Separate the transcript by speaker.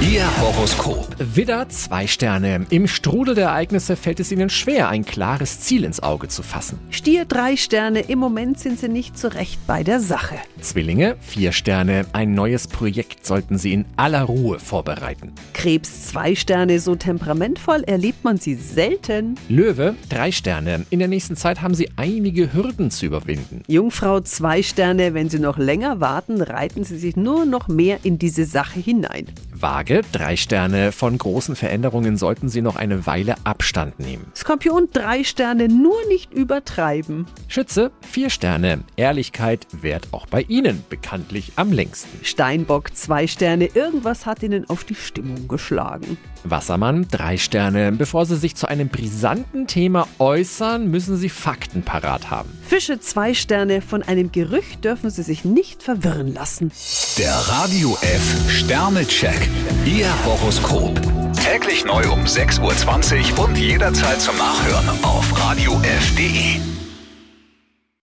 Speaker 1: Ihr Horoskop.
Speaker 2: Widder, zwei Sterne. Im Strudel der Ereignisse fällt es Ihnen schwer, ein klares Ziel ins Auge zu fassen.
Speaker 3: Stier drei Sterne, im Moment sind sie nicht so recht bei der Sache.
Speaker 2: Zwillinge, vier Sterne. Ein neues Projekt sollten Sie in aller Ruhe vorbereiten.
Speaker 3: Krebs zwei Sterne, so temperamentvoll erlebt man sie selten.
Speaker 2: Löwe, drei Sterne. In der nächsten Zeit haben Sie einige Hürden zu überwinden.
Speaker 3: Jungfrau zwei Sterne, wenn sie noch länger warten, reiten sie sich nur noch mehr in diese Sache hinein.
Speaker 2: Waage, drei Sterne. Von großen Veränderungen sollten Sie noch eine Weile Abstand nehmen.
Speaker 3: Skorpion drei Sterne, nur nicht übertreiben.
Speaker 2: Schütze, vier Sterne. Ehrlichkeit währt auch bei Ihnen bekanntlich am längsten.
Speaker 3: Steinbock zwei Sterne, irgendwas hat ihnen auf die Stimmung geschlagen.
Speaker 2: Wassermann, drei Sterne. Bevor Sie sich zu einem brisanten Thema äußern, müssen Sie Fakten parat haben.
Speaker 3: Fische zwei Sterne, von einem Gerücht dürfen sie sich nicht verwirren lassen.
Speaker 1: Der Radio F Sternecheck. Ihr Horoskop. Täglich neu um 6.20 Uhr und jederzeit zum Nachhören auf Radio radiof.de.